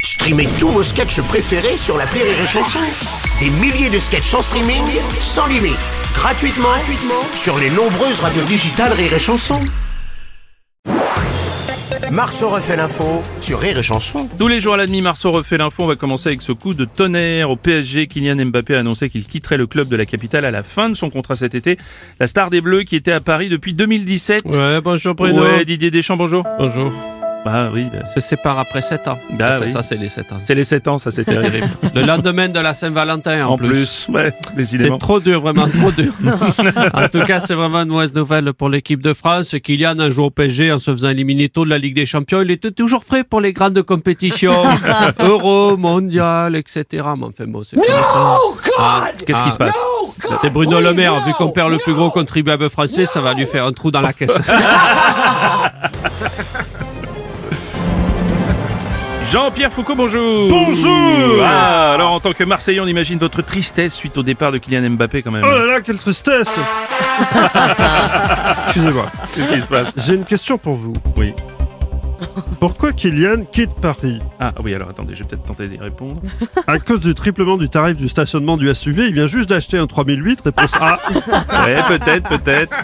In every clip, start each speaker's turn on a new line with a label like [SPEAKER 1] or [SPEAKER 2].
[SPEAKER 1] Streamez tous vos sketchs préférés sur la Rire et Chanson. Des milliers de sketchs en streaming, sans limite, gratuitement, gratuitement sur les nombreuses radios digitales Rire et Chanson. Marceau refait l'info sur Rire et Chanson.
[SPEAKER 2] Tous les jours à la demi, Marceau refait l'info. On va commencer avec ce coup de tonnerre au PSG. Kylian Mbappé a annoncé qu'il quitterait le club de la capitale à la fin de son contrat cet été. La star des Bleus qui était à Paris depuis 2017.
[SPEAKER 3] Ouais, bonjour Bruno.
[SPEAKER 2] Ouais, Didier Deschamps, bonjour.
[SPEAKER 3] Bonjour.
[SPEAKER 2] Bah oui, bah,
[SPEAKER 3] Se sépare après 7 ans.
[SPEAKER 2] Bah
[SPEAKER 3] ça, c'est-
[SPEAKER 2] oui.
[SPEAKER 3] ça, c'est les 7 ans.
[SPEAKER 2] c'est les 7 ans, ça c'est
[SPEAKER 3] C'est
[SPEAKER 2] terrible.
[SPEAKER 3] terrible. Le lendemain de la Saint-Valentin en,
[SPEAKER 2] En plus, ouais, décidément.
[SPEAKER 3] C'est trop dur, vraiment trop dur. en tout cas, c'est vraiment une mauvaise nouvelle pour l'équipe de France. Kylian a joué au PSG en se faisant éliminer tôt de la Ligue des Champions. Il était toujours frais pour les grandes compétitions. Euro, Mondial, etc. Mais enfin bon, c'est comme ça. Ah,
[SPEAKER 2] Qu'est-ce qui se
[SPEAKER 3] ah,
[SPEAKER 2] passe
[SPEAKER 3] C'est Bruno Le Maire. Vu qu'on perd le plus gros contribuable français, ça va lui faire un trou dans la caisse.
[SPEAKER 2] Jean-Pierre Foucault, bonjour. Bonjour. Ah, alors en tant que Marseillais, on imagine votre tristesse suite au départ de Kylian Mbappé quand même.
[SPEAKER 4] Oh là là, quelle tristesse Excusez-moi,
[SPEAKER 2] Qu'est-ce qui se passe
[SPEAKER 4] j'ai une question pour vous.
[SPEAKER 2] Oui.
[SPEAKER 4] Pourquoi Kylian quitte Paris
[SPEAKER 2] Ah oui, alors attendez, je vais peut-être tenter d'y répondre.
[SPEAKER 4] À cause du triplement du tarif du stationnement du SUV, il vient juste d'acheter un 3008, réponse A.
[SPEAKER 2] Ouais, peut-être, peut-être.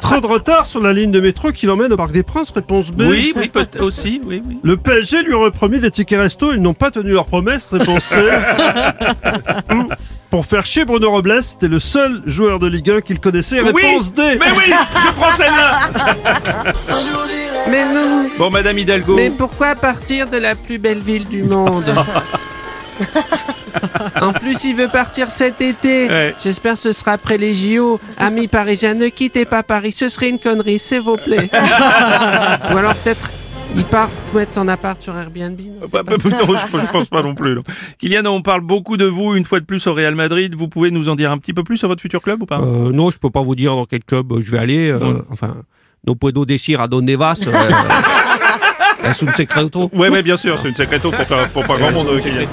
[SPEAKER 4] Trop de retard sur la ligne de métro qui l'emmène au Parc des Princes, réponse B.
[SPEAKER 2] Oui, oui, peut-être aussi, oui, oui.
[SPEAKER 4] Le PSG lui aurait promis des tickets resto, ils n'ont pas tenu leur promesse, réponse C. Hmm. Pour faire chier Bruno Robles, c'était le seul joueur de Ligue 1 qu'il connaissait, réponse D.
[SPEAKER 2] Mais oui, je prends celle-là.
[SPEAKER 5] Mais non
[SPEAKER 2] Bon, Madame Hidalgo.
[SPEAKER 5] Mais pourquoi partir de la plus belle ville du monde En plus, il veut partir cet été.
[SPEAKER 2] Ouais.
[SPEAKER 5] J'espère que ce sera après les JO. Amis parisiens, ne quittez pas Paris. Ce serait une connerie, s'il vous plaît. Ou alors peut-être, il part mettre son appart sur Airbnb. non, c'est
[SPEAKER 2] Bah,
[SPEAKER 5] pas
[SPEAKER 2] bah, non, je, je pense pas non plus. non. Kylian, on parle beaucoup de vous une fois de plus au Real Madrid. Vous pouvez nous en dire un petit peu plus sur votre futur club ou pas
[SPEAKER 3] Euh, non, je peux pas vous dire dans quel club euh, je vais aller. euh,
[SPEAKER 2] Non.
[SPEAKER 3] Enfin, no puedo decir a donde vas. Euh, es un secreto.
[SPEAKER 2] Ouais, ouais, bien sûr, c'est une secréto pour, pas- pour pas grand monde. euh, Kylian.